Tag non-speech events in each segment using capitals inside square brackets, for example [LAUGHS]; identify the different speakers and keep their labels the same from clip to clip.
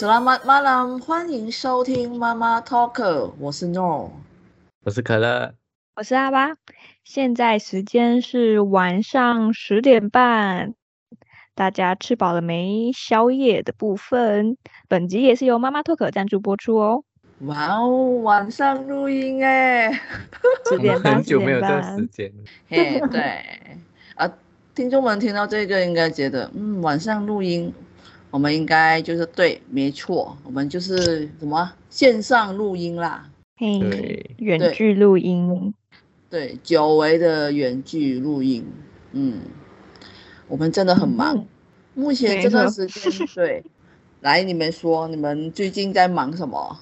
Speaker 1: Selamat malam，欢迎收听妈妈 Talker，我是 No。
Speaker 2: 我是可乐，
Speaker 3: 我是阿巴，啊现在时间是晚上十点半，大家吃饱了没？宵夜的部分，本集也是由妈妈脱口赞助播出
Speaker 2: [LAUGHS]
Speaker 3: 哦。
Speaker 1: 哇哦，晚上录音哎，
Speaker 2: 我
Speaker 3: 十
Speaker 2: 们
Speaker 3: 点半，
Speaker 2: 很
Speaker 3: 十
Speaker 2: 久没有
Speaker 3: 点
Speaker 2: 这个时
Speaker 3: 半，
Speaker 2: 间了，
Speaker 1: [LAUGHS] 嘿，对，啊，听众们听到这个应该觉得，嗯，晚上录音，我们应该就是对，没错，我们就是什么啊线上录音啦，
Speaker 3: 嘿
Speaker 2: 对，
Speaker 3: 远
Speaker 1: 对
Speaker 3: 距录音，
Speaker 1: 对，久违的远距录音，嗯，我们真的很忙，
Speaker 3: 嗯
Speaker 1: 目前
Speaker 3: 没
Speaker 1: 这段时
Speaker 3: 错
Speaker 1: 间，对，来你们说，你们最近在忙什么？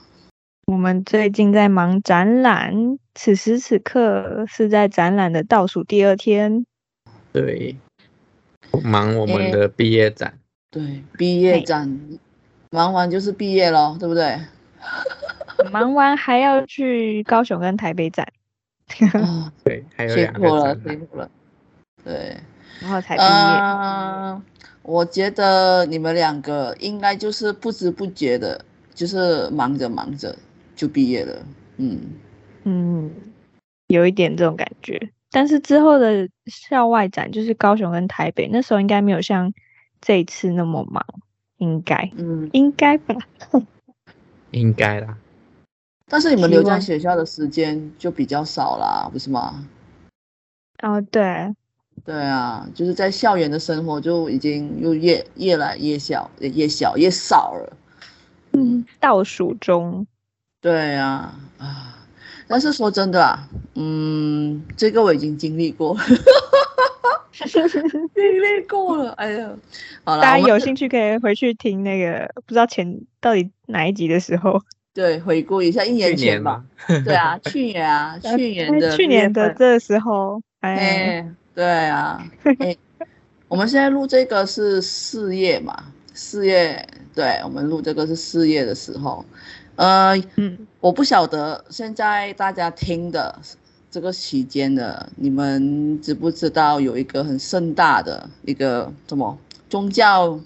Speaker 3: 我们最近在忙展览，此时此刻是在展览的倒数第二天。
Speaker 2: 对，忙我们
Speaker 1: 诶
Speaker 2: 的毕业展，
Speaker 1: 对，毕业
Speaker 3: 嘿
Speaker 1: 展，忙完就是毕业咯，对不
Speaker 3: [LAUGHS]
Speaker 1: 对？
Speaker 3: 忙完还要去高雄跟台北展，
Speaker 1: 啊，
Speaker 2: 对，还有
Speaker 1: 辛
Speaker 2: 两个
Speaker 1: 苦了，
Speaker 2: 展啊
Speaker 1: 辛
Speaker 2: 览，
Speaker 1: 苦了。对，
Speaker 3: 然后才毕业。
Speaker 1: 嗯、我觉得你们两个应该就是不知不觉的，就是忙着忙着就毕业了。嗯，
Speaker 3: 嗯，有一点这种感觉。但是之后的校外展就是高雄跟台北，那时候应该没有像这一次那么忙，应该
Speaker 1: 嗯，
Speaker 3: 应该吧？
Speaker 2: 应该啦，
Speaker 1: 但是你们
Speaker 3: 希
Speaker 1: 留在
Speaker 3: 望
Speaker 1: 学校的时间就比较少啦，不是吗？
Speaker 3: 哦，对，
Speaker 1: 对啊，就是在校园的生活就已经又越越来越小，越小越少了。
Speaker 3: 嗯，倒数
Speaker 1: [LAUGHS]
Speaker 3: 中，
Speaker 1: 对呀，啊，但是说真的啊，嗯，这个我已经经历过，经历过了。哎呀，好了，
Speaker 3: 大家
Speaker 1: 我们
Speaker 3: 有兴趣可以回去听那个不知道前到底哪一集的时候，
Speaker 1: 对回顾一下一
Speaker 2: 去
Speaker 1: 年前
Speaker 2: 年
Speaker 1: 吧
Speaker 2: 嘛，，
Speaker 1: 对啊，去年
Speaker 3: [LAUGHS]
Speaker 1: 啊， [LAUGHS] 去年的
Speaker 3: 呃去年
Speaker 1: 六
Speaker 3: 的
Speaker 1: 月份
Speaker 3: 这时候，哎，
Speaker 1: 哎，对啊，哎，我们现在录这个是四月嘛，四月，对，我们录这个是四月的时候，呃，
Speaker 3: 嗯，
Speaker 1: 我不晓得现在大家听的这个期间的，你们知不知道有一个很盛大的一个什么宗教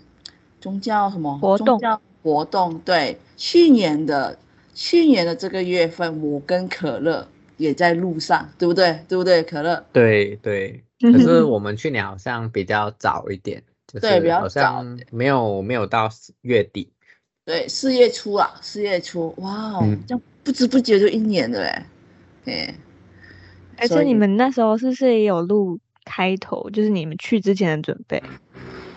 Speaker 1: 宗教什么
Speaker 3: 活
Speaker 1: 宗
Speaker 3: 动
Speaker 1: 教活动？对，去年的去年的这个月份，我跟可乐也在路上，对不对？对不对？可乐，
Speaker 2: 对
Speaker 3: [LAUGHS]
Speaker 2: 对，可是我们去年好像比较早一点，就
Speaker 1: 对比
Speaker 2: 是
Speaker 1: 较
Speaker 2: 好
Speaker 1: 早一
Speaker 2: 像没有没有到月底，
Speaker 1: 对，四月初啊，四月初，哇哦，
Speaker 2: 嗯
Speaker 1: 这样不知不觉就一年了哎，哎，
Speaker 3: 而
Speaker 1: 所
Speaker 3: 且你
Speaker 1: 以
Speaker 3: 们那时候是不是也有录开头，就是你们去之前的准备？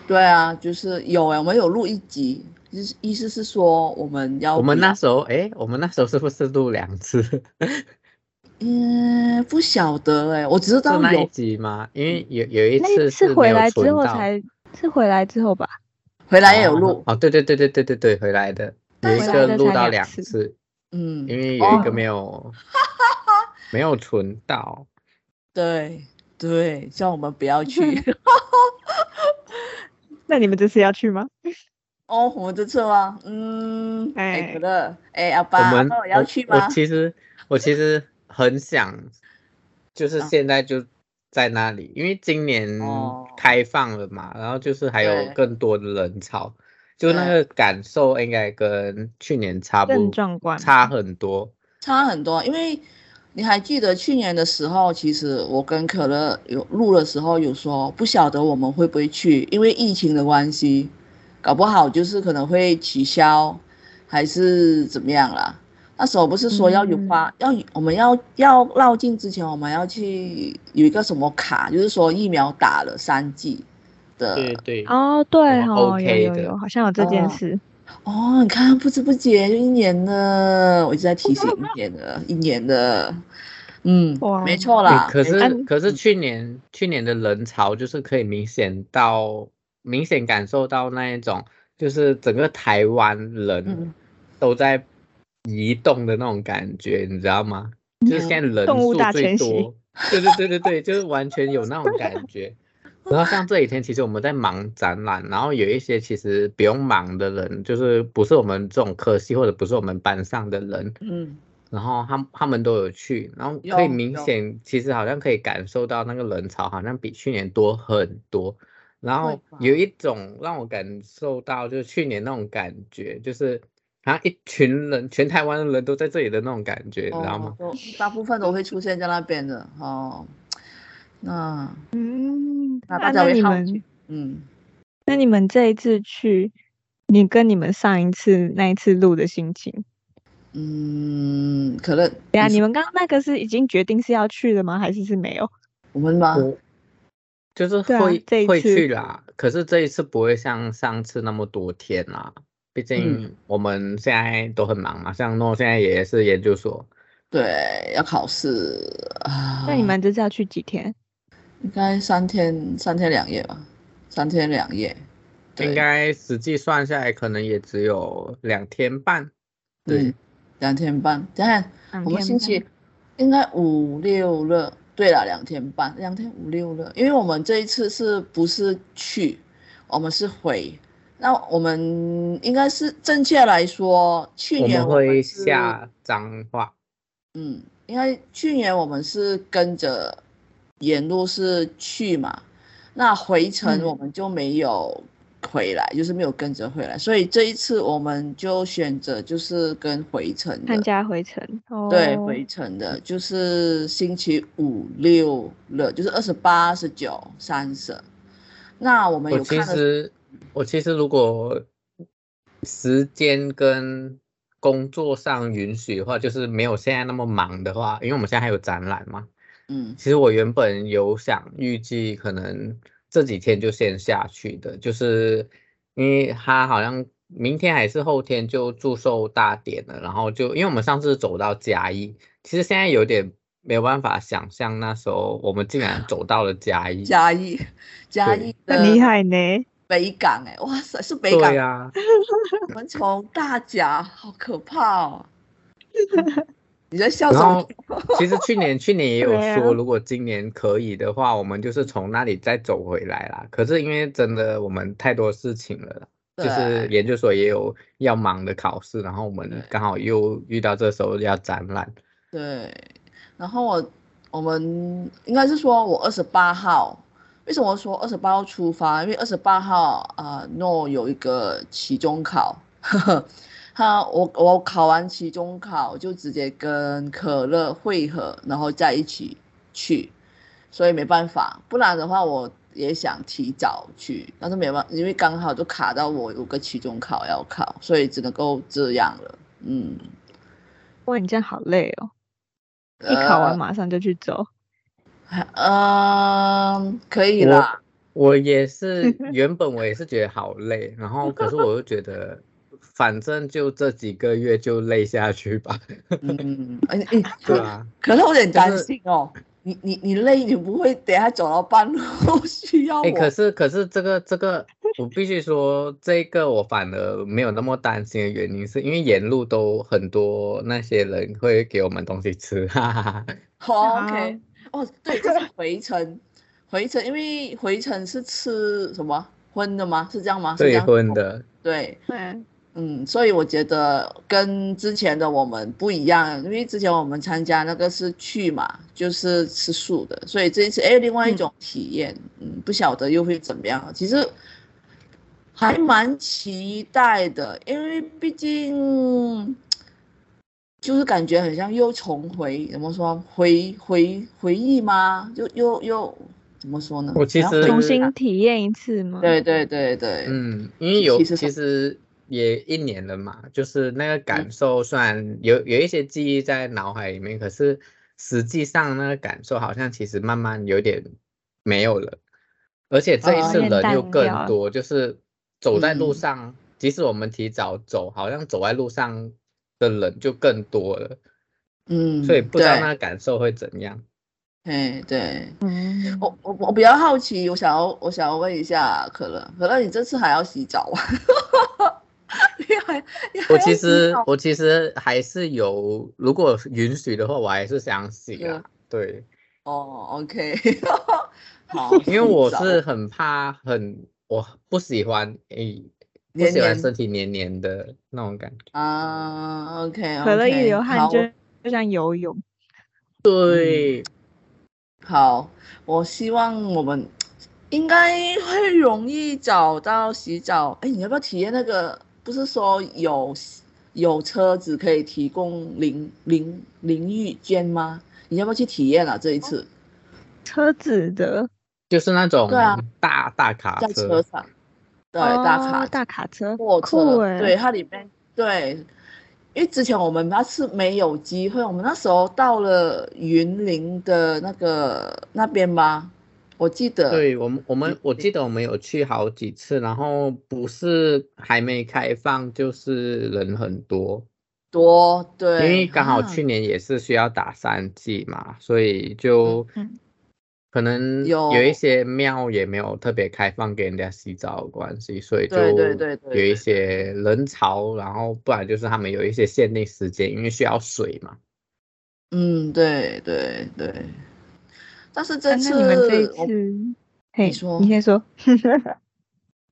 Speaker 1: 对啊，就是有哎、我们有录一集，就是意思是说我们要
Speaker 2: 我们
Speaker 1: 比
Speaker 2: 那时候哎，我们那时候是不是录两次？ [LAUGHS] 是
Speaker 1: 嗯，不晓得哎、我只知道
Speaker 2: 那一
Speaker 1: 有
Speaker 2: 集吗？因为有有一
Speaker 3: 那
Speaker 2: 次
Speaker 3: 是
Speaker 2: 没
Speaker 3: 回
Speaker 2: 有
Speaker 3: 来之
Speaker 2: 存
Speaker 3: 后
Speaker 2: 到
Speaker 3: 才，是回来之后吧？
Speaker 1: 回来也有录
Speaker 2: 哦，哦，对对对对对对对，回来的有
Speaker 1: 但
Speaker 2: 一
Speaker 1: 是
Speaker 2: 个录到
Speaker 3: 回来的才两次
Speaker 2: 次，
Speaker 1: 嗯，
Speaker 2: 因为有一个
Speaker 1: 哦
Speaker 2: 没
Speaker 1: [LAUGHS]
Speaker 2: 有没有存到，
Speaker 1: 对对，叫我们不要
Speaker 3: [LAUGHS]
Speaker 1: 去
Speaker 3: 那你们这次要去吗？
Speaker 1: 哦，我们这次吗？嗯，哎，
Speaker 3: 哎
Speaker 1: 可乐，哎，阿
Speaker 2: 我
Speaker 1: 爸，阿
Speaker 2: 们
Speaker 1: 爸我要
Speaker 2: 我
Speaker 1: 去
Speaker 2: 我
Speaker 1: 吗？
Speaker 2: 其实我其实很想，就是
Speaker 1: 啊
Speaker 2: 现在就在那里，因为今年
Speaker 1: 哦
Speaker 2: 开放了嘛，然后就是还有
Speaker 1: 对
Speaker 2: 更多的人潮，就那
Speaker 1: 对
Speaker 2: 个感受应该跟去年差不
Speaker 3: 更壮观吗
Speaker 2: 差很多。
Speaker 1: 差很多，因为你还记得去年的时候，其实我跟可乐有录的时候有说，不晓得我们会不会去，因为疫情的关系，搞不好就是可能会取消，还是怎么样啦。那时候不是说要有花，要有我们要要绕境之前，我们要去有一个什么卡，就是说疫苗打了三剂的。
Speaker 2: 对对，
Speaker 3: 哦，对
Speaker 2: 们
Speaker 3: 哦，有
Speaker 2: OK
Speaker 3: 有
Speaker 2: 的
Speaker 3: 有，好像有这件
Speaker 1: 哦
Speaker 3: 事。
Speaker 1: 哦，你看不知不觉就一年了，我一直在提醒一年了，一年了，嗯，
Speaker 3: 哇
Speaker 1: 没错
Speaker 2: 诶
Speaker 1: 啦，
Speaker 2: 哎可
Speaker 1: 没
Speaker 2: 是
Speaker 3: 嗯
Speaker 2: 可是去年去年的人潮就是可以明显到明显感受到那一种，就是整个台湾人
Speaker 1: 嗯
Speaker 2: 都在移动的那种感觉，你知道吗？就是现在人
Speaker 3: 动物
Speaker 2: 数
Speaker 3: 大
Speaker 2: 最
Speaker 3: 迁徙
Speaker 2: 多，对对对对对，就是完全有那种感觉。然后像这几天，其实我们在忙展览，然后有一些其实不用忙的人，就是不是我们这种科系或者不是我们班上的人，
Speaker 1: 嗯，
Speaker 2: 然后他们他们都有去，然后可
Speaker 1: 有
Speaker 2: 以明
Speaker 1: 有
Speaker 2: 显，其实好像可以感受到那个人潮好像比去年多很多，然
Speaker 1: 会
Speaker 2: 后
Speaker 1: 吧
Speaker 2: 有一种让我感受到，就是去年那种感觉，就是好像一群人，全台湾的人都在这里的那种感觉，你知道
Speaker 1: 哦
Speaker 2: 吗？，
Speaker 1: 都大部分都会出现在那边的哦。那
Speaker 3: 嗯，
Speaker 1: 那
Speaker 3: 那
Speaker 1: 大家会
Speaker 3: 你
Speaker 1: 好
Speaker 3: 们
Speaker 1: 奇嗯，
Speaker 3: 那你们这一次去，你跟你们上一次那一次录的心情？
Speaker 1: 嗯，可能
Speaker 3: 对啊，你们刚刚那个是已经决定是要去的吗？还是是没有？
Speaker 1: 我们吗？
Speaker 2: 我就是
Speaker 3: 哦对啊
Speaker 2: 会、
Speaker 3: 这一
Speaker 2: 会
Speaker 3: 次
Speaker 2: 去啦，可是这一次不会像上次那么多天啦，毕
Speaker 3: 嗯
Speaker 2: 竟我们现在都很忙嘛，像诺现在也是研究所，
Speaker 1: 对，要考试啊。
Speaker 3: 那你们这次要去几天？
Speaker 1: 应该三天三天两夜吧？三天两夜，对嗯
Speaker 2: 应该实际算下来可能也只有两天半，对
Speaker 1: 嗯，两天半。等下
Speaker 3: 两
Speaker 1: 我们
Speaker 3: 天
Speaker 1: 星
Speaker 3: 半
Speaker 1: 期应该五六日，对了，两天半，两天五六日，因为我们这一次是不是去，我们是回。那我们应该是正确来说，去
Speaker 2: 我
Speaker 1: 年
Speaker 2: 们会
Speaker 1: 是
Speaker 2: 下脏话，
Speaker 1: 嗯，因为去年我们是跟着沿路是去嘛，那回程
Speaker 3: 嗯
Speaker 1: 我们就没有回来，就是没有跟着回来，所以这一次我们就选择就是跟回程的，
Speaker 3: 参加回程。哦，
Speaker 1: 对，回程的，就是星期五六了，就是二十八、二十九、三十。那我们
Speaker 2: 我
Speaker 1: 有
Speaker 2: 哦其
Speaker 1: 看了，
Speaker 2: 实我其实如果时间跟工作上允许的话，就是没有现在那么忙的话，因为我们现在还有展览嘛。
Speaker 1: 嗯
Speaker 2: 其实我原本有想预计可能这几天就先下去的，就是因为他好像明天还是后天就祝寿大典了，然后就因为我们上次走到嘉义，其实现在有点没有办法想象那时候我们竟然走到了嘉义，
Speaker 1: 嘉义，嘉
Speaker 2: 对
Speaker 1: 义的
Speaker 3: 很厉害呢。
Speaker 1: 北港、欸，哎，哇塞，是北港
Speaker 2: 对啊呀、
Speaker 1: 我们从大甲，好可怕哦！你在笑什
Speaker 2: 然
Speaker 1: 么
Speaker 2: 后？其实去年去年也有
Speaker 3: 对啊
Speaker 2: 说，如果今年可以的话，我们就是从那里再走回来啦。可是因为真的我们太多事情了啦。就是
Speaker 1: 对啊
Speaker 2: 研究所也有要忙的考试，然后我
Speaker 1: 对
Speaker 2: 们刚好又遇到这时候要展览，
Speaker 1: 对，然后我我们应该是说我二十八号，为什么说二十八号出发？因为二十八号啊、呃、，no 有一个期中考， [LAUGHS] 他我我考完期中考就直接跟可乐会合，然后在一起去，所以没办法，不然的话我也想提早去，但是没办法，因为刚好就卡到我有个期中考要考，所以只能够这样了。嗯，
Speaker 3: 哇，你这样好累哦！一
Speaker 1: 呃
Speaker 3: 考完马上就去走，
Speaker 1: 嗯，可以
Speaker 2: 我
Speaker 1: 啦。
Speaker 2: 我
Speaker 1: [LAUGHS]
Speaker 2: 也是原本我也是觉得好累，然后可是我又觉得，反正就这几个月就累下去吧，
Speaker 1: [LAUGHS] 嗯，哎哎，
Speaker 2: 对
Speaker 1: 可
Speaker 2: 啊，
Speaker 1: 可是我有点担
Speaker 2: 是
Speaker 1: 心哦。你你你累，你不会等下走到半路需要我？
Speaker 2: 哎、可是可是这个这个，我必须说，这个我反而没有那么担心的原因，是因为沿路都很多那些人会给我们东西吃，哈哈哈。
Speaker 1: 好
Speaker 2: 啊
Speaker 1: OK，哦，对，这是回程，回程，因为回程是吃什么荤的吗？是这样吗？哦是这
Speaker 2: 最
Speaker 1: 样
Speaker 2: 昏
Speaker 1: 吗。
Speaker 2: 的，
Speaker 1: 对，
Speaker 3: 嗯，
Speaker 1: 嗯，所以我觉得跟之前的我们不一样，因为之前我们参加那个是去嘛，就是吃素的，所以这一次哎，另外一种体验，嗯不晓得又会怎么样。其实还蛮期待的，因为毕竟就是感觉很像又重回怎么说回回回忆吗？就又又怎么说呢？
Speaker 2: 我其
Speaker 1: 好像回
Speaker 2: 实
Speaker 3: 重
Speaker 1: 忆
Speaker 3: 新
Speaker 1: 啊
Speaker 3: 体验一次嘛。
Speaker 1: 对对对对，
Speaker 2: 嗯，因为
Speaker 1: 其
Speaker 2: 有
Speaker 1: 实
Speaker 2: 其
Speaker 1: 是
Speaker 2: 实也一年了嘛，就是那个
Speaker 1: 嗯
Speaker 2: 感受虽然有有一些记忆在脑海里面，可是实际上那个感受好像其实慢慢有点没有了，而且这一
Speaker 1: 哦
Speaker 2: 次
Speaker 3: 变
Speaker 2: 人又
Speaker 3: 淡掉
Speaker 2: 更
Speaker 3: 了
Speaker 2: 多，就是走在路
Speaker 1: 嗯
Speaker 2: 上，即使我们提早走，好像走在路上的人就更多了，
Speaker 1: 嗯，
Speaker 2: 所以不知道
Speaker 1: 对
Speaker 2: 那个感受会怎样。
Speaker 1: 哎对。
Speaker 3: 嗯，
Speaker 1: 我我我比较好奇，我想要我想要问一下可乐，可乐你这次还要洗澡啊？ [LAUGHS] 你还你还
Speaker 2: 我
Speaker 1: 要
Speaker 2: 其
Speaker 1: 洗
Speaker 2: 实
Speaker 1: 澡
Speaker 2: 我其实还是有，如果允许的话，我还是想洗
Speaker 1: 嗯
Speaker 2: 啊，对。
Speaker 1: 哦，OK，好，
Speaker 2: 因为我
Speaker 1: 洗澡
Speaker 2: 是很怕很，我不喜欢诶，不
Speaker 1: 黏
Speaker 2: 喜欢
Speaker 1: 黏
Speaker 2: 身体黏黏的那种感觉。
Speaker 1: 啊，OK，
Speaker 3: 可乐一流汗就
Speaker 1: 好
Speaker 3: 就像游泳，
Speaker 2: 对，
Speaker 1: 好，我希望我们应该会容易找到洗澡。哎，你要不要体验那个？不是说有有车子可以提供淋淋淋浴间吗？你要不要去体验啊？这一次
Speaker 3: 车子的
Speaker 2: 就是那种
Speaker 1: 对啊
Speaker 2: 大、大卡
Speaker 1: 在车
Speaker 2: 车，
Speaker 1: 上，对，大卡
Speaker 3: 哦大卡车，
Speaker 1: 货
Speaker 3: 酷
Speaker 1: 车，
Speaker 3: 哎、
Speaker 1: 对，，它里面对，因为之前我们那次没有机会，我们那时候到了云林的那个那边吧，我记得，
Speaker 2: 对我们我们我记得我们有去好几次，然后不是还没开放，就是人很多，
Speaker 1: 多
Speaker 2: 因
Speaker 1: 对，
Speaker 2: 为刚好
Speaker 1: 啊
Speaker 2: 去年也是需要打三剂嘛，所以就
Speaker 3: 嗯
Speaker 2: 可能
Speaker 1: 有
Speaker 2: 有一些庙也没有特别开放给人家洗澡的关系，所以就
Speaker 1: 对对对对
Speaker 2: 有一
Speaker 1: 对
Speaker 2: 些人潮，然后不然就是他们有一些限定时间，因为需要水嘛。
Speaker 1: 嗯，对对对，但是
Speaker 3: 啊那
Speaker 1: 这次
Speaker 3: 那你们这一
Speaker 1: 我
Speaker 3: 次，嘿，
Speaker 1: 你说
Speaker 3: 你先说，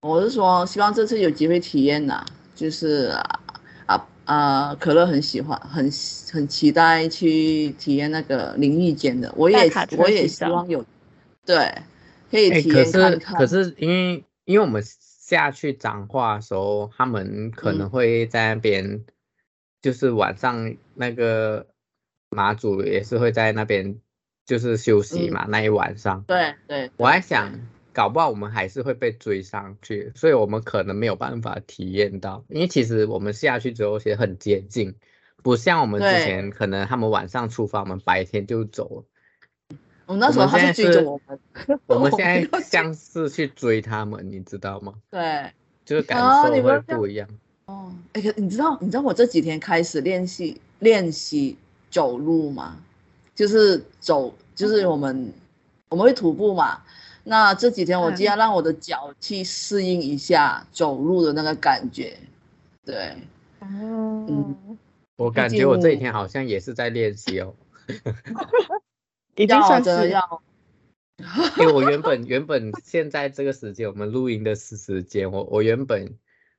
Speaker 1: 我是说，希望这次有机会体验呐、就是啊啊啊，可乐很喜欢，很很期待去体验那个淋浴间的，我
Speaker 3: 大
Speaker 1: 也
Speaker 3: 卡车
Speaker 1: 我也
Speaker 3: 洗
Speaker 1: 希
Speaker 3: 澡
Speaker 1: 望有，对，可以
Speaker 2: 哎，
Speaker 1: 体
Speaker 2: 可
Speaker 1: 验看
Speaker 2: 是
Speaker 1: 看。
Speaker 2: 可是因为因为我们下去彰化的时候，他们可能
Speaker 1: 嗯
Speaker 2: 会在那边，就是晚上那个马祖也是会在那边就是休息
Speaker 1: 嗯
Speaker 2: 嘛，那一晚上。
Speaker 1: 对对，
Speaker 2: 我还
Speaker 1: 对
Speaker 2: 想，搞不好我们还是会被追上去，所以我们可能没有办法体验到，因为其实我们下去之后其实很接近，不像我们之
Speaker 1: 对
Speaker 2: 前可能他们晚上出发，我们白天就走
Speaker 1: [LAUGHS]
Speaker 2: 了。
Speaker 1: 我们那
Speaker 2: 我
Speaker 1: 时候
Speaker 2: 们
Speaker 1: 他
Speaker 2: 现在
Speaker 1: 是追着
Speaker 2: 是
Speaker 1: 我们，
Speaker 2: 我们
Speaker 1: 我们
Speaker 2: 现在
Speaker 1: 要去
Speaker 2: 像是去追他们，你知道吗？
Speaker 1: 对。
Speaker 2: 就是感
Speaker 1: 哦
Speaker 2: 受
Speaker 1: 你
Speaker 2: 会
Speaker 1: 们这样
Speaker 2: 不一样。
Speaker 1: 哦，哎，可你知道你知道我这几天开始练习练习走路嘛，就是走，
Speaker 3: 嗯
Speaker 1: 就是我们我们会徒步嘛。那这几天我
Speaker 3: 嗯
Speaker 1: 就要让我的脚去适应一下走路的那个感觉。对，
Speaker 3: 嗯，
Speaker 2: 我感觉我这几天好像也是在练习哦，
Speaker 3: 已经
Speaker 1: 要
Speaker 3: 算
Speaker 1: 真的
Speaker 3: 是
Speaker 1: 要
Speaker 2: 因为我原本原本现在这个时间，我们录音的时时间，我我原本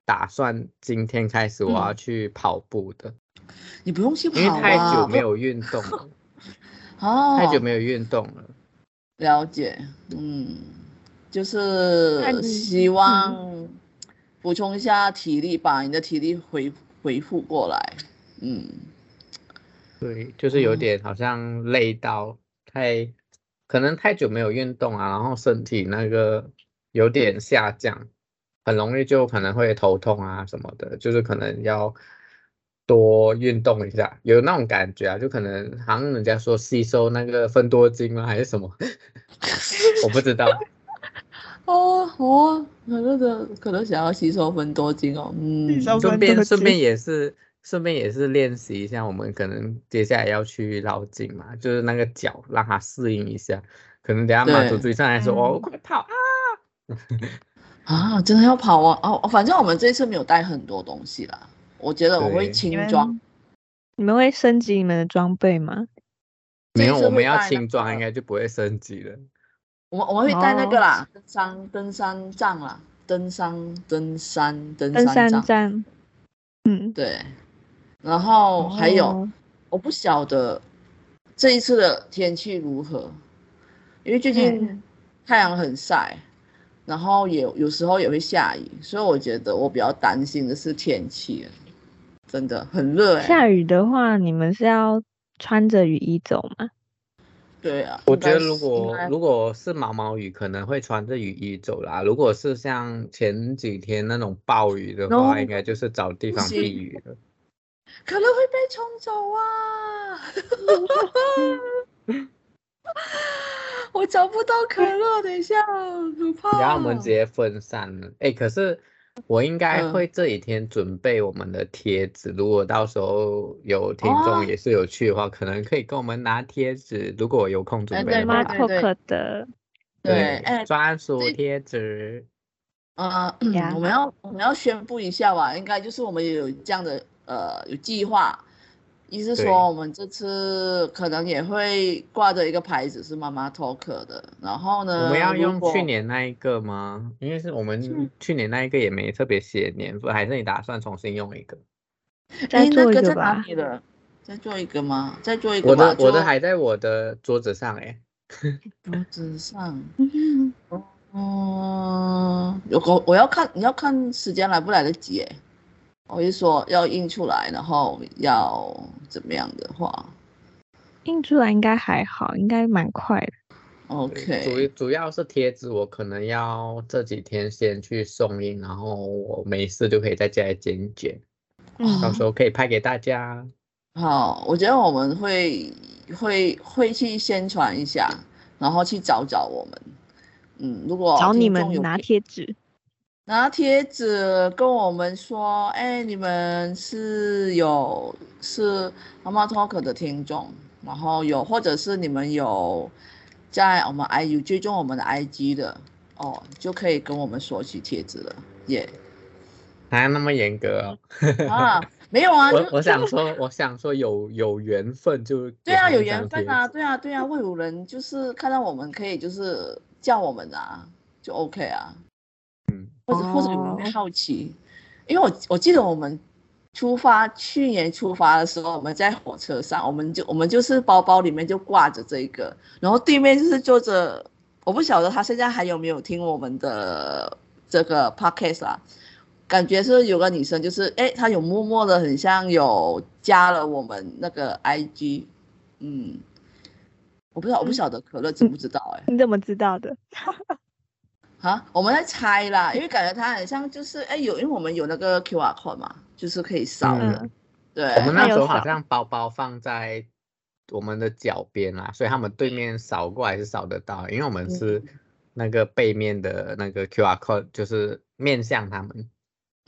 Speaker 2: 打算今天开始我
Speaker 1: 嗯
Speaker 2: 要去跑步
Speaker 1: [LAUGHS]
Speaker 2: 的，
Speaker 1: 你不用去
Speaker 2: 因为
Speaker 1: 跑啊，
Speaker 2: 太久没
Speaker 1: 不
Speaker 2: 有运动了，
Speaker 1: 哦，
Speaker 2: 太久没有运动了。
Speaker 1: 了解，嗯，就
Speaker 3: 那
Speaker 1: 是
Speaker 3: 你
Speaker 1: 希望
Speaker 3: 嗯
Speaker 1: 补充一下体力，把你的体力回回复过来，嗯。
Speaker 2: 对，就是有
Speaker 1: 嗯
Speaker 2: 点好像累到太，可能太久没有运动啊，然后身体那个有点下降，很容易就可能会头痛啊什么的，就是可能要多运动一下，有那种感觉啊，就可能好像人家说吸收那个芬多精吗还是什么， [LAUGHS] 我不知道，
Speaker 1: 哦哦，可乐的可乐想要吸收芬多精哦，嗯，
Speaker 3: 收
Speaker 2: 顺
Speaker 3: 芬
Speaker 2: 便
Speaker 3: 多
Speaker 2: 顺便
Speaker 3: 精
Speaker 2: 也是顺便也是练习一下，我们可能接下来要去绕境嘛，就是那个脚让它适应一下。可能等下马祖
Speaker 1: 对
Speaker 2: 追上来说：“哦，
Speaker 3: 嗯
Speaker 2: 快跑啊！”
Speaker 1: 啊，真的要跑啊！哦，反正我们这次没有带很多东西啦，我觉得我会
Speaker 2: 对
Speaker 1: 轻
Speaker 3: 你
Speaker 1: 装
Speaker 3: 们，你们会升级你们的装备吗？
Speaker 1: 这
Speaker 2: 没
Speaker 1: 一
Speaker 2: 有，
Speaker 1: 次
Speaker 2: 我们
Speaker 1: 会
Speaker 2: 要
Speaker 1: 带嗯那
Speaker 2: 轻装，应
Speaker 1: 个
Speaker 2: 该就不会升级了。
Speaker 1: 我们我们会带那个
Speaker 3: 哦
Speaker 1: 啦，登山登山杖啦，登山登山登
Speaker 3: 登
Speaker 1: 山
Speaker 3: 山
Speaker 1: 杖，
Speaker 3: 杖，嗯，
Speaker 1: 对，然后还有。
Speaker 3: 哦
Speaker 1: 我不晓得这一次的天气如何，因为最近
Speaker 3: 嗯
Speaker 1: 太阳很晒，然后也有时候也会下雨，所以我觉得我比较担心的是天气了，真的很热哎、
Speaker 3: 下雨的话，你们是要穿着雨衣走吗？
Speaker 1: 对啊，
Speaker 2: 我
Speaker 1: 应
Speaker 2: 觉
Speaker 1: 该
Speaker 2: 得
Speaker 1: 是
Speaker 2: 如
Speaker 1: 应
Speaker 2: 果
Speaker 1: 该
Speaker 2: 如果是毛毛雨，可能会穿着雨衣走啦。如果是像前几天那种暴雨的话
Speaker 1: No，
Speaker 2: 应该就是找地
Speaker 1: 哦不
Speaker 2: 方避
Speaker 1: 行
Speaker 2: 雨了。
Speaker 1: 可能会被冲走啊！
Speaker 3: [LAUGHS]
Speaker 1: [LAUGHS] 我找不到可乐，等一下，可怕。
Speaker 2: 然后我们直接分散了。哎，可是我应该
Speaker 1: 嗯
Speaker 2: 会这几天准备我们的贴纸，如果到时候有听
Speaker 1: 哦
Speaker 2: 众也是有去的话，可能可以跟我们拿贴纸。如果有空准
Speaker 1: 哎
Speaker 2: 备
Speaker 1: 对
Speaker 2: 的
Speaker 1: 妈
Speaker 2: 话，
Speaker 3: 马
Speaker 1: 对
Speaker 3: 托
Speaker 1: 对
Speaker 3: 克的，
Speaker 1: 对，哎，
Speaker 2: 专属
Speaker 1: 这
Speaker 2: 贴纸。
Speaker 1: 呃，
Speaker 3: 呀
Speaker 1: 我们要我们要宣布一下吧，应该就是我们也有这样的呃有计划，意思
Speaker 2: 对
Speaker 1: 说我们这次可能也会挂着一个牌子是妈妈 talk 的，然后呢，
Speaker 2: 我们要
Speaker 1: 呃如
Speaker 2: 用
Speaker 1: 果嗯
Speaker 2: 去年那一个吗？因为是我们去年那一个也没特别写年份，还是你打算重新用一个？
Speaker 3: 再
Speaker 1: 哎诶那
Speaker 3: 做一
Speaker 1: 个
Speaker 3: 个
Speaker 1: 在哪
Speaker 3: 吧。
Speaker 1: 里了？再做一个吗？再做一个
Speaker 2: 我
Speaker 1: 吧，
Speaker 2: 的我的
Speaker 1: 就
Speaker 2: 还在我的桌子上哎、
Speaker 1: 桌子上
Speaker 3: 嗯
Speaker 1: 哦，如果我要看，你要看时间来不来得及诶。我就说要印出来，然后要怎么样的话
Speaker 3: 印出来应该还好，应该蛮快的。
Speaker 1: ，OK，
Speaker 2: 主主要是贴纸，我可能要这几天先去送印，然后我没事就可以在家里剪一剪，
Speaker 3: 嗯
Speaker 2: 到时
Speaker 1: 哦
Speaker 2: 候可以拍给大家。
Speaker 1: 嗯好，我觉得我们会会会去宣传一下，然后去找找我们。嗯，如果
Speaker 3: 找你
Speaker 1: 听众
Speaker 3: 们
Speaker 1: 有
Speaker 3: 拿贴纸，
Speaker 1: 拿贴纸跟我们说，哎，你们是有是妈妈 talk 的听众，然后有或者是你们有在我们 I 有追踪我们的 IG 的哦，就可以跟我们索取贴纸了，耶、 [LAUGHS]
Speaker 2: 还那么严格哦、 [LAUGHS]
Speaker 1: 啊，没有啊，
Speaker 2: 我
Speaker 1: 就
Speaker 2: 我想说，我想说有有缘分就
Speaker 1: 对啊，
Speaker 2: 给他
Speaker 1: 有
Speaker 2: 一张
Speaker 1: 缘分
Speaker 2: 贴
Speaker 1: 啊，
Speaker 2: 纸。
Speaker 1: 对啊，对啊，会有人就是看到我们可以就是叫我们啊，就 OK 啊，
Speaker 2: 嗯，
Speaker 1: 或者或者有人
Speaker 3: 哦
Speaker 1: 会好奇，因为我我记得我们出发去年出发的时候，我们在火车上，我们就我们就是包包里面就挂着这个，然后对面就是坐着，我不晓得他现在还有没有听我们的这个 podcast 啊。感觉是有个女生，就是哎，她有默默的很像有加了我们那个 IG，嗯，我不知道，我不
Speaker 3: 嗯
Speaker 1: 晓得可乐知不知道哎、
Speaker 3: 你怎么知道的？
Speaker 1: 啊，我们在猜啦，因为感觉它很像就是哎有，因为我们有那个 QR code 嘛，就是可以扫的，
Speaker 3: 嗯，
Speaker 1: 对，
Speaker 2: 我们那时候
Speaker 3: 还有
Speaker 2: 好
Speaker 3: 扫
Speaker 2: 像包包放在我们的脚边啦，所以他们对面扫过来是扫得到，因为我
Speaker 1: 嗯
Speaker 2: 们是那个背面的那个 QR code，就是面向他们。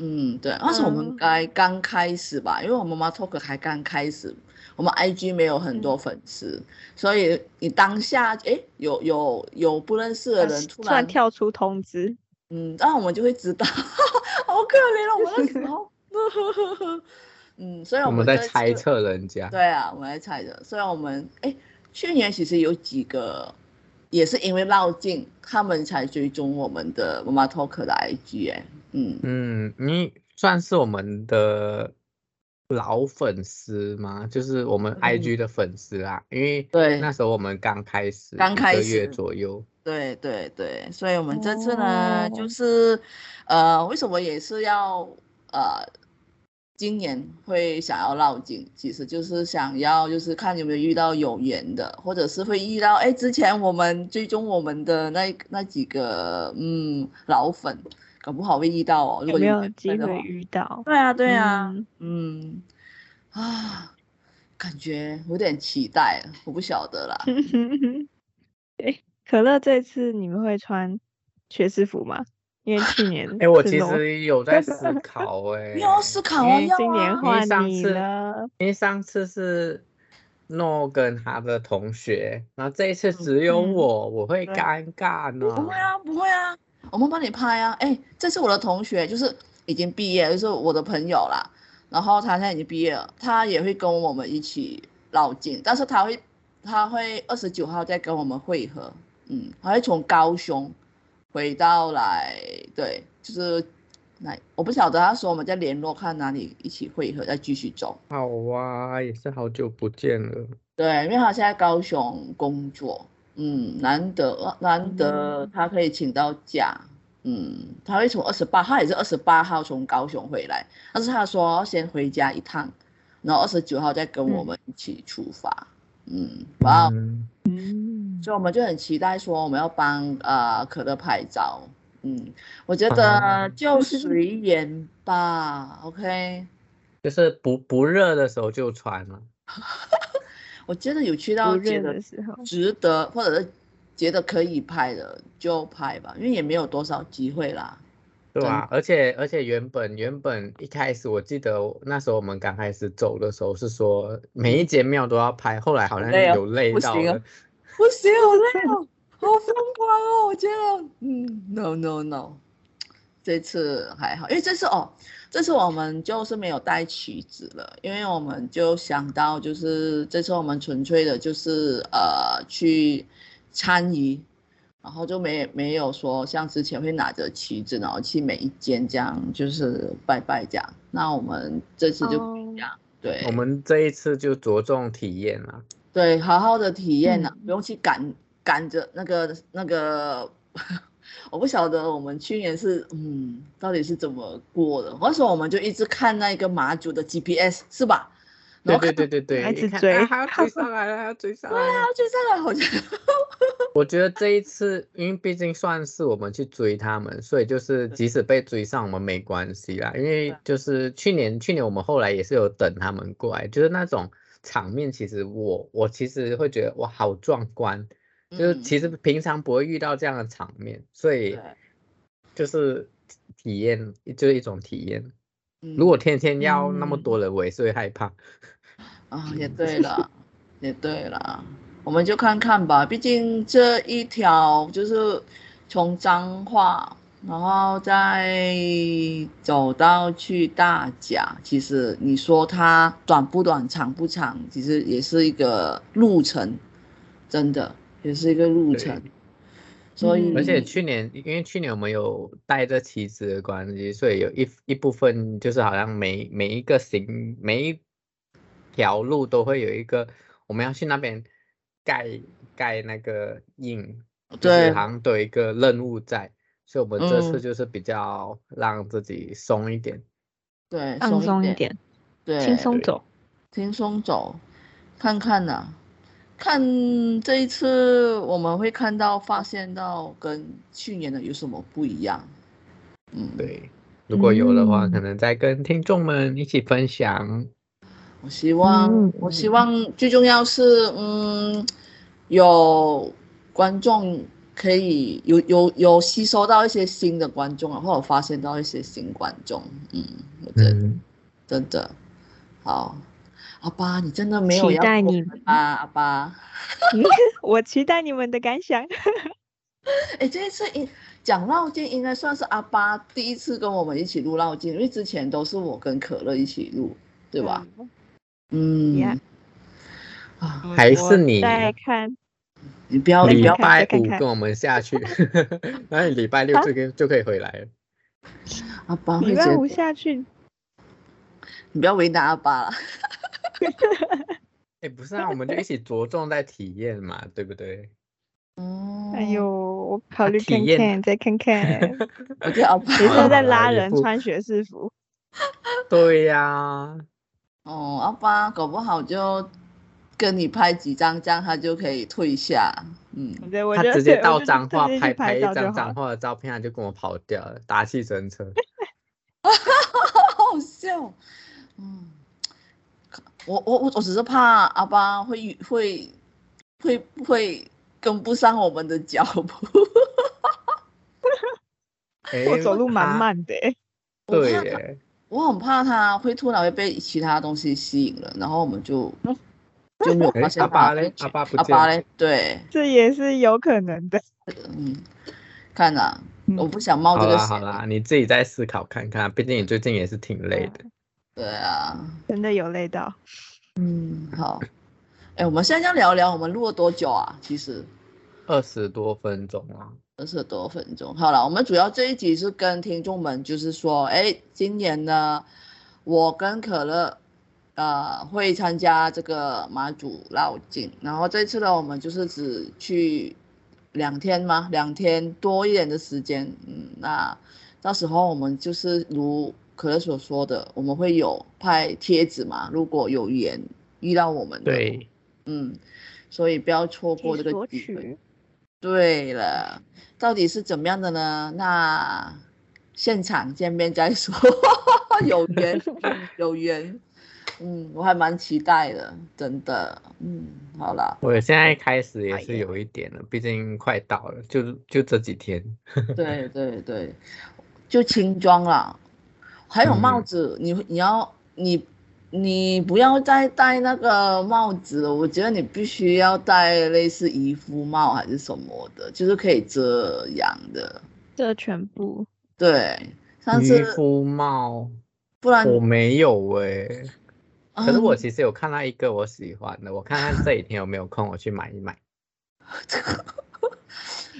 Speaker 1: 嗯对，那时候我们
Speaker 3: 嗯
Speaker 1: 该刚开始吧，因为我们妈 talk 还刚开始，我们 IG 没有很多
Speaker 3: 嗯
Speaker 1: 粉丝，所以你当下哎有有有不认识的人突
Speaker 3: 嗯突然
Speaker 1: 然
Speaker 3: 跳出通知，
Speaker 1: 嗯，然后我们就会知道， [LAUGHS] 好可怜哦，我们那时候， [LAUGHS] 嗯，所以
Speaker 2: 我
Speaker 1: 们
Speaker 2: 们在
Speaker 1: 这次
Speaker 2: 猜测人家。
Speaker 1: 对啊，我们在猜的。虽然我们哎，去年其实有几个也是因为绕境，他们才追踪我们的妈妈 talk 的 IG 哎，嗯，
Speaker 2: 嗯，你算是我们的老粉丝吗？就是我们
Speaker 1: 嗯
Speaker 2: IG 的粉丝啦，因为
Speaker 1: 对
Speaker 2: 那时候我们刚开始，
Speaker 1: 刚开
Speaker 2: 一个月
Speaker 1: 始
Speaker 2: 左右。
Speaker 1: 对对对，所以我们这次呢，
Speaker 3: 哦
Speaker 1: 就是呃，为什么也是要呃，今年会想要绕境，其实就是想要就是看有没有遇到有缘的，或者是会遇到哎，之前我们追踪我们的那那几个嗯老粉，搞不好会遇到哦，如
Speaker 3: 有
Speaker 1: 果
Speaker 3: 没
Speaker 1: 缘
Speaker 3: 有
Speaker 1: 分
Speaker 3: 机
Speaker 1: 的
Speaker 3: 会
Speaker 1: 话
Speaker 3: 遇到？
Speaker 1: 对啊，对啊，
Speaker 3: 嗯
Speaker 1: 嗯啊，感觉有点期待，啊我不晓得啦。
Speaker 3: [LAUGHS] 对，嗯可乐这次你们会穿学士服吗？因为
Speaker 2: [LAUGHS]
Speaker 3: 去年
Speaker 2: 哎，我
Speaker 3: 是
Speaker 2: 其
Speaker 3: no-
Speaker 2: 实有在思考哎，
Speaker 1: 你要思考
Speaker 2: 因
Speaker 1: 啊，
Speaker 2: 为
Speaker 1: 要
Speaker 3: 今年
Speaker 1: 啊
Speaker 2: 因为
Speaker 3: 换
Speaker 2: 上
Speaker 3: 你
Speaker 2: 次
Speaker 3: 了，
Speaker 2: 因为上次是诺跟他的同学，然后这一次只有
Speaker 3: 嗯
Speaker 2: 我，我会
Speaker 1: 对
Speaker 2: 尴尬呢。
Speaker 1: 不会啊，不会啊，我们帮你拍啊。哎，这是我的同学，就是已经毕业，就是我的朋友啦。然后他现在已经毕业了，他也会跟我们一起绕境，但是他会他会二十九号再跟我们会合，嗯，他会从高雄回到来，对，就是来，我不晓得他说我们再联络看哪里一起会合，再继续走。
Speaker 2: 好啊，也是好久不见了。
Speaker 1: 对，因为他现在高雄工作，嗯，难得难得
Speaker 3: 嗯
Speaker 1: 他可以请到假，嗯，他会从二十八，他也是二十八号从高雄回来，但是他说先回家一趟，然后二十九号再跟我
Speaker 3: 嗯
Speaker 1: 们一起出发，嗯，哇哦，
Speaker 2: 嗯
Speaker 3: 嗯，
Speaker 1: 所以我们就很期待说我们要帮呃可乐拍照，嗯，我觉得
Speaker 2: 啊
Speaker 1: 就随缘吧，OK，
Speaker 2: 就是不不热的时候就穿了。
Speaker 1: 我真的有去
Speaker 3: 不
Speaker 1: 到觉
Speaker 3: 认
Speaker 1: 得
Speaker 3: 的时候，
Speaker 1: 值得或者是觉得可以拍的就拍吧，因为也没有多少机会啦。
Speaker 2: 对
Speaker 1: 真
Speaker 2: 啊，而且而且原本原本一开始我记得那时候我们刚开始走的时候是说每一间庙都要拍，后来好像
Speaker 1: 累哦
Speaker 2: 有累
Speaker 1: 不
Speaker 2: 到
Speaker 1: 行哦
Speaker 2: 了，
Speaker 1: 不行，好累哦，好疯狂哦！我觉得，嗯，no no no，这次还好，因为这次哦，这次我们就是没有带旗子了，因为我们就想到就是这次我们纯粹的就是呃去参与，然后就没没有说像之前会拿着旗子，然后去每一间这样就是拜拜这样。那我们这次就不一样，对，
Speaker 2: 我们这一次就着重体验
Speaker 1: [LAUGHS]
Speaker 2: 了。
Speaker 1: 对，好好的体验呢、啊
Speaker 3: 嗯
Speaker 1: 不用去赶赶着那个那个 [LAUGHS] 我不晓得我们去年是嗯到底是怎么过的。那时候我们就一直看那个马祖的 GPS 是吧？然
Speaker 2: 对
Speaker 1: 后看
Speaker 2: 对对对对，
Speaker 3: 孩
Speaker 2: 一
Speaker 3: 子
Speaker 2: 看
Speaker 3: 追
Speaker 2: 啊还要追上来了，还要追上来
Speaker 1: 对啊 [LAUGHS]
Speaker 2: 了。，
Speaker 1: 就这个好像
Speaker 2: 我觉得这一次，因为毕竟算是我们去追他们，所以就是即使被追上，我们没关系啦。因为就是去年，去年我们后来也是有等他们过来，就是那种场面，其实我我其实会觉得哇，好壮观，就是
Speaker 1: 嗯
Speaker 2: 其实平常不会遇到这样的场面，所以
Speaker 1: 对
Speaker 2: 就是体验，就是一种体验。
Speaker 1: 嗯
Speaker 2: 如果天天要那么
Speaker 3: 嗯
Speaker 2: 多人，我也是会害怕。
Speaker 1: 啊、
Speaker 2: 嗯
Speaker 1: 也对了，也对了，我们就看看吧。毕竟这一条就是从彰化，然后再走到去大甲，其实你说它短不短、长不长，其实也是一个路程，真的也是一个路程。所以，
Speaker 3: 嗯
Speaker 2: 而且去年，因为去年我们有带着妻子的关系，所以有一一部分就是好像每每一个行每一条路都会有一个我们要去那边盖盖那个印，就是
Speaker 1: 哦对
Speaker 2: 好像都有一个任务在，所以我们这次
Speaker 1: 嗯
Speaker 2: 就是比较让自己松一点。
Speaker 1: 对，
Speaker 3: 放松一
Speaker 1: 一，
Speaker 3: 点，
Speaker 1: 对，
Speaker 3: 轻松
Speaker 2: 对
Speaker 3: 走。
Speaker 1: 轻松走，看看呐、看这一次我们会看到发现到跟去年的有什么不一样。嗯，，
Speaker 2: 对，如果有的话，可
Speaker 3: 嗯
Speaker 2: 能再跟听众们一起分享。
Speaker 1: 我希望，
Speaker 3: 嗯
Speaker 1: 我希望最重要是，嗯，有观众可以有有有吸收到一些新的观众啊，或者发现到一些新观众。嗯，我觉得
Speaker 2: 嗯，
Speaker 1: 真的好，阿巴，你真的没有
Speaker 3: 期
Speaker 1: 要
Speaker 3: 待
Speaker 1: 过
Speaker 3: 你
Speaker 1: 啊，阿巴。
Speaker 3: [LAUGHS] 我期待你们的感想。
Speaker 1: 哎，这一次应讲绕境应该算是阿巴第一次跟我们一起录绕境，因为之前都是我跟可乐一起录，对
Speaker 3: [LAUGHS]
Speaker 1: 吧？
Speaker 3: 嗯？
Speaker 1: 嗯
Speaker 3: Yeah
Speaker 1: 啊，
Speaker 2: 还
Speaker 3: 我
Speaker 2: 是你
Speaker 3: 再看，
Speaker 1: 你不要
Speaker 3: 再
Speaker 1: 你
Speaker 2: 礼
Speaker 1: 不要
Speaker 3: 看
Speaker 2: 拜
Speaker 3: 再看
Speaker 2: 五
Speaker 3: 看
Speaker 2: 跟我们下去，然后你礼拜六
Speaker 3: 啊
Speaker 2: 就可以就可以回来了。
Speaker 1: 阿
Speaker 2: 啊
Speaker 1: 巴
Speaker 3: 礼
Speaker 1: 会觉
Speaker 3: 拜
Speaker 1: 得
Speaker 3: 五下去，
Speaker 1: 你不要为难阿巴了。
Speaker 2: 哎，不是啊，我们就一起着重在体验嘛， [LAUGHS] 对不对？
Speaker 1: 嗯，
Speaker 3: 哎呦，，我考
Speaker 2: 啊
Speaker 3: 虑
Speaker 2: 体
Speaker 3: 看
Speaker 2: 验
Speaker 3: 看，再看
Speaker 2: [LAUGHS]
Speaker 3: 看。
Speaker 1: 我觉得阿巴
Speaker 3: 谁知道在
Speaker 2: 好啦
Speaker 3: 拉
Speaker 2: 也
Speaker 3: 人
Speaker 2: 不
Speaker 3: 穿学士服？
Speaker 2: 对呀、
Speaker 1: 哦，阿巴搞不好就跟你拍几张，这样他就可以退下。嗯，
Speaker 3: 对，我
Speaker 2: 他
Speaker 3: 觉得
Speaker 2: 直接
Speaker 3: 对
Speaker 2: 到
Speaker 3: 我就
Speaker 2: 彰化
Speaker 3: 直接去
Speaker 2: 拍拍
Speaker 3: 拍
Speaker 2: 一
Speaker 3: 照就
Speaker 2: 张
Speaker 3: 好
Speaker 2: 彰
Speaker 3: 了。
Speaker 2: 化的照片，他就跟我跑掉了，打计程车。
Speaker 1: 好好笑。嗯，我我我我只是怕阿巴会会会不会跟不上我们的脚步。
Speaker 2: 哎，
Speaker 3: 我走路蛮
Speaker 2: 他。
Speaker 3: 慢的欸，
Speaker 2: 对
Speaker 1: 我怕
Speaker 2: 耶，
Speaker 1: 我很怕他会突然会被其他东西吸引了，然后我们就就没有
Speaker 2: 嗯哎
Speaker 1: 发现
Speaker 2: 阿
Speaker 1: 他
Speaker 2: 巴
Speaker 1: 的
Speaker 2: 嘞
Speaker 1: 安全
Speaker 2: 阿巴不
Speaker 1: 阿
Speaker 2: 见
Speaker 1: 巴
Speaker 2: 了
Speaker 1: 嘞，对，
Speaker 3: 这也是有可能的。
Speaker 1: 嗯，看呐、
Speaker 3: 嗯
Speaker 1: 我不想冒
Speaker 2: 好
Speaker 1: 这个
Speaker 2: 啦
Speaker 1: 险。
Speaker 2: 好啦，你自己再思考看看，毕竟你最近也是挺累的。
Speaker 1: 对啊，
Speaker 3: 真的有累到。
Speaker 1: 嗯，好。哎，我们现在要聊聊我们录了多久啊？其实
Speaker 2: 二十多分钟啊，
Speaker 1: 二十多分钟。好了，我们主要这一集是跟听众们就是说，哎，今年呢，我跟可乐，呃，会参加这个马祖绕境，然后这次呢，我们就是只去两天嘛，两天多一点的时间，嗯，那到时候我们就是如可乐所说的，我们会有派贴纸嘛，如果有缘遇到我们的，
Speaker 2: 对，
Speaker 1: 嗯，所以不要错过这个
Speaker 3: 索
Speaker 1: 机会。
Speaker 3: 取，
Speaker 1: 对了，到底是怎么样的呢？那现场见面再说， [LAUGHS] 有缘，嗯有缘。嗯，我还蛮期待的，真的。嗯，好啦，
Speaker 2: 我现在开始也
Speaker 3: 哎
Speaker 2: 是
Speaker 3: 呀
Speaker 2: 有一点了，毕竟快到了，就就这几天。
Speaker 1: 对对对，就轻装啦。还有帽
Speaker 2: 嗯
Speaker 1: 子，你你要你你不要再戴那个帽子了，我觉得你必须要戴类似渔夫帽还是什么的，就是可以遮阳的。
Speaker 3: 这全部
Speaker 1: 对，上
Speaker 2: 渔
Speaker 1: 次
Speaker 2: 夫帽
Speaker 1: 不然
Speaker 2: 我没有哎、可是我其实有看到一个我喜欢的，我看看这几天有没有空，我去买一买。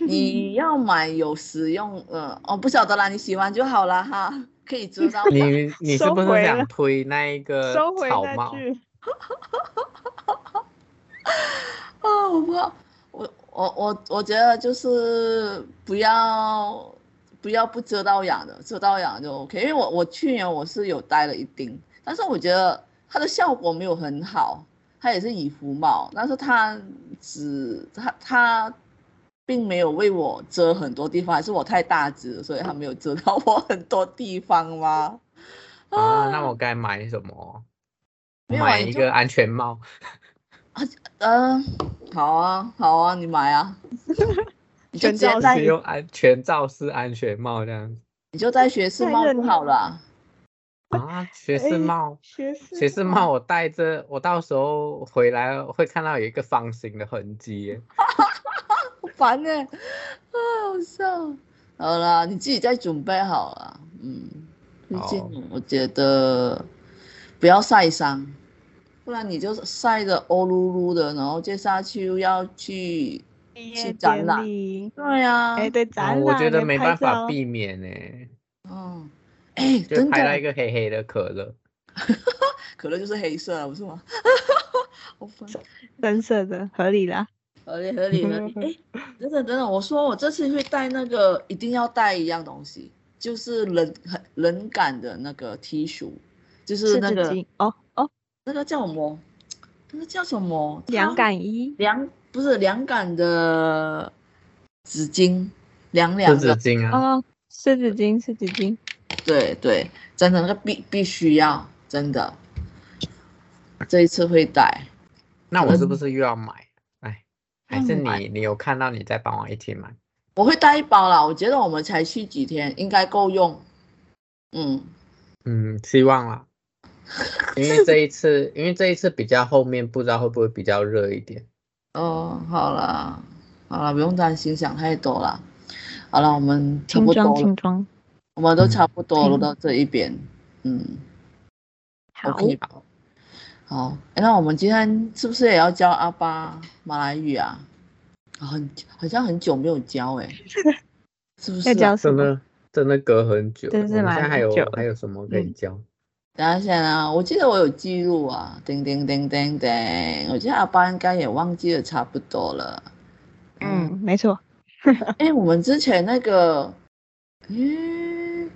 Speaker 1: 你要买有实用，呃，哦，不晓得啦，你喜欢就好啦哈，可以知道
Speaker 2: 你你是
Speaker 3: 收
Speaker 2: 不是
Speaker 3: 回
Speaker 2: 想
Speaker 3: 了
Speaker 2: 推那一个
Speaker 3: 收回
Speaker 2: 呃草
Speaker 3: 那
Speaker 2: 帽？
Speaker 3: 句，
Speaker 1: 啊哦，我不知道，我我我我觉得就是不要不要不遮到痒的，遮到痒就 OK。因为我我去年我是有戴了一顶，但是我觉得它的效果没有很好，它也是以服帽，但是它只它它并没有为我遮很多地方，还是我太大只了，所以它没有遮到我很多地方吗？
Speaker 2: 啊，那我该买什么？
Speaker 1: 没有啊
Speaker 2: 买
Speaker 1: 你
Speaker 2: 一
Speaker 1: 就
Speaker 2: 个安全帽。
Speaker 1: 嗯、好啊好啊，你买
Speaker 3: [LAUGHS]
Speaker 1: 啊，你就直接
Speaker 3: 全罩
Speaker 1: 戴
Speaker 2: 使用安全罩式安全帽这样子
Speaker 1: 你就戴学士
Speaker 3: 太
Speaker 1: 帽
Speaker 3: 热
Speaker 1: 就
Speaker 3: 了
Speaker 1: 好了啊。
Speaker 2: 啊，学士帽，
Speaker 3: 学士
Speaker 2: 学士帽，我戴着，我到时候回来会看到有一个方形的痕迹耶。
Speaker 1: 好烦呢、啊，好笑。好啦，你自己再准备好了。嗯，推荐
Speaker 2: 好
Speaker 1: 你我觉得不要晒伤，不然你就晒得欧噜噜的，然后接下去又要去。
Speaker 3: 毕
Speaker 1: 是
Speaker 3: 业
Speaker 1: 展
Speaker 3: 典
Speaker 1: 览
Speaker 3: 礼，
Speaker 1: 对呀、啊，
Speaker 3: 哎，对，
Speaker 2: 啊
Speaker 3: 展览，
Speaker 2: 我觉得没办法
Speaker 3: 比，
Speaker 2: 避免呢，
Speaker 1: 嗯，哎，
Speaker 2: 就
Speaker 1: 真
Speaker 2: 拍到
Speaker 1: 的
Speaker 2: 一，个黑黑的可乐。
Speaker 1: 可乐就是黑色了，不是吗？ [LAUGHS] 好烦。
Speaker 3: 深色的，合理啦。
Speaker 1: 合理合理合
Speaker 3: [LAUGHS]
Speaker 1: 理。哎，等等等等，我说我这次会带那个，一定要带一样东西，就是冷很冷感的那个 T 恤，就是那
Speaker 3: 纸
Speaker 1: 个
Speaker 3: 巾哦哦，
Speaker 1: 那个叫什么？那个叫什么？它
Speaker 3: 凉感衣，
Speaker 1: 凉不是凉感的纸巾，凉
Speaker 2: 湿
Speaker 1: 凉
Speaker 2: 纸
Speaker 1: 的。
Speaker 2: 巾啊，
Speaker 3: 哦，是纸巾，是纸巾，
Speaker 1: 对对，真的那个必必须要，真的。这一次会带，
Speaker 2: 那我是不
Speaker 1: 嗯
Speaker 2: 是又要买？哎，还是
Speaker 1: 要买
Speaker 2: 你你有看到你再帮我一起买？
Speaker 1: 我会带一包啦。我觉得我们才去几天，应该够用。嗯，
Speaker 2: 嗯，希望啦。因为这一次，因为这一次比较后面，不知道会不会比较热一点。
Speaker 1: 哦，好啦，好啦，不用担心，想太多啦。好了，我们差
Speaker 3: 轻
Speaker 1: 不
Speaker 3: 装
Speaker 1: 多了
Speaker 3: 轻，装。
Speaker 1: 我们都差不多了，
Speaker 3: 嗯
Speaker 1: 到这一边，嗯
Speaker 3: 好，
Speaker 1: ，OK，好，好，诶那我们今天是不是也要教阿巴马来语啊？啊很好像很久没有教
Speaker 3: [LAUGHS]
Speaker 1: 哎、是不是、
Speaker 3: 要
Speaker 1: 啊
Speaker 3: 教？什
Speaker 2: 真
Speaker 3: 么？
Speaker 2: 的真的隔很久，
Speaker 3: 真
Speaker 2: 我们
Speaker 3: 是
Speaker 2: 现
Speaker 3: 蛮
Speaker 2: 在还有
Speaker 3: 久了
Speaker 2: 还有什么可以
Speaker 1: 嗯
Speaker 2: 教？
Speaker 1: 等一下啊，我记得我有记录啊，叮叮叮叮叮，我觉得阿巴应该也忘记的差不多了。
Speaker 3: 嗯，没错，
Speaker 1: 哎、我们之前那个，咦，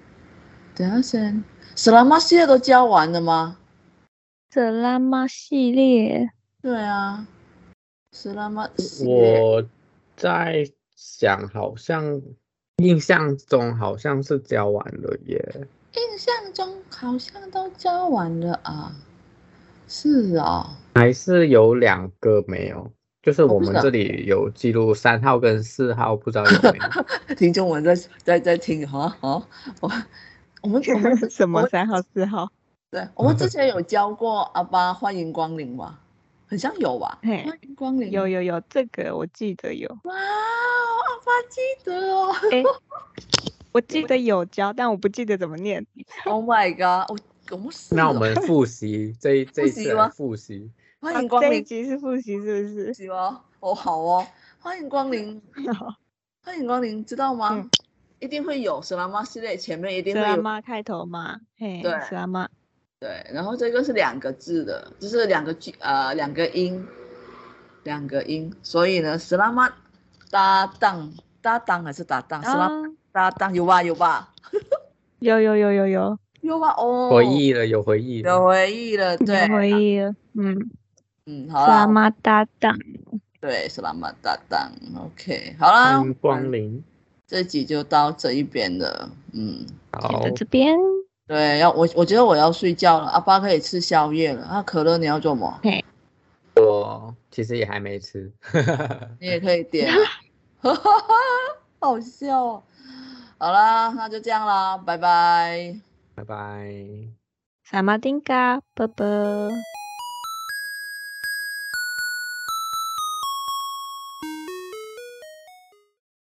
Speaker 1: 等一下先，史拉玛系列都教完了吗？
Speaker 3: 这拉玛系列，
Speaker 1: 对啊，史拉玛系列，
Speaker 2: 我在想，好像印象中好像是教完了耶。
Speaker 1: 印象中好像都教完了啊。是啊、
Speaker 2: 还是有两个没有，就是
Speaker 1: 哦不啊
Speaker 2: 我
Speaker 1: 知
Speaker 2: 们
Speaker 1: 道
Speaker 2: 这里有记录三号跟四号，不知道有没
Speaker 1: [LAUGHS] [LAUGHS]
Speaker 2: 有
Speaker 1: 听中文在在在听，好好，我我们我 [LAUGHS] 们
Speaker 3: 什么
Speaker 1: 我
Speaker 3: 三号四号？
Speaker 1: 对，我们之前有教过阿巴欢迎光临吗？很像有吧？
Speaker 3: 嘿
Speaker 1: 欢迎光临，
Speaker 3: 有有有，这个我记得有，
Speaker 1: 哇，阿巴记得
Speaker 3: [LAUGHS]
Speaker 1: 哦。
Speaker 3: 我记得有教，但我不记得怎么念。
Speaker 1: Oh my god！我我们是
Speaker 2: 那我
Speaker 1: 哦
Speaker 2: 们复习这一这
Speaker 1: 复
Speaker 2: 一
Speaker 1: 习
Speaker 2: 次
Speaker 1: 吗
Speaker 2: 来复习。
Speaker 1: 欢
Speaker 3: 啊
Speaker 1: 迎光
Speaker 3: 这一
Speaker 1: 临
Speaker 3: 集是复习是不是？
Speaker 1: 习吗？哦，好哦，欢迎光
Speaker 3: [LAUGHS]
Speaker 1: 临，欢迎光临，知道吗？
Speaker 3: 嗯
Speaker 1: 一定会有史拉玛系列，前面一定
Speaker 3: 是
Speaker 1: 会
Speaker 3: 阿
Speaker 1: 有。
Speaker 3: 妈开头嘛，嘿，
Speaker 1: 对
Speaker 3: 是阿妈，
Speaker 1: 对，然后这个是两个字的，就是两个句呃两个音，两个音，所以呢，史拉玛搭档搭档还是搭档？史拉
Speaker 3: 啊
Speaker 1: 玛，搭档有吧有吧
Speaker 3: 有有有有有，
Speaker 1: 有吧哦，
Speaker 2: 回忆了，有回忆
Speaker 1: 有
Speaker 2: 了。
Speaker 1: 回忆了，对
Speaker 3: 有，回忆了，嗯，是
Speaker 1: 嗯，好
Speaker 3: 阿
Speaker 1: 啦，
Speaker 3: 妈搭档，
Speaker 1: 对，史拉玛搭档，OK，好啦，
Speaker 2: 欢迎光临。
Speaker 1: 这集就到这一边了，嗯，
Speaker 2: 好
Speaker 3: 在，这边，
Speaker 1: 对，要我我觉得我要睡觉了，阿爸可以吃宵夜了。那、可乐你要做么？
Speaker 2: 我其实也还没吃。 [LAUGHS]
Speaker 1: 你也可以点 [LAUGHS] 啊，好笑哦。好啦，那就这样啦，拜拜。
Speaker 2: 拜拜。
Speaker 3: 萨马丁嘎，啵啵。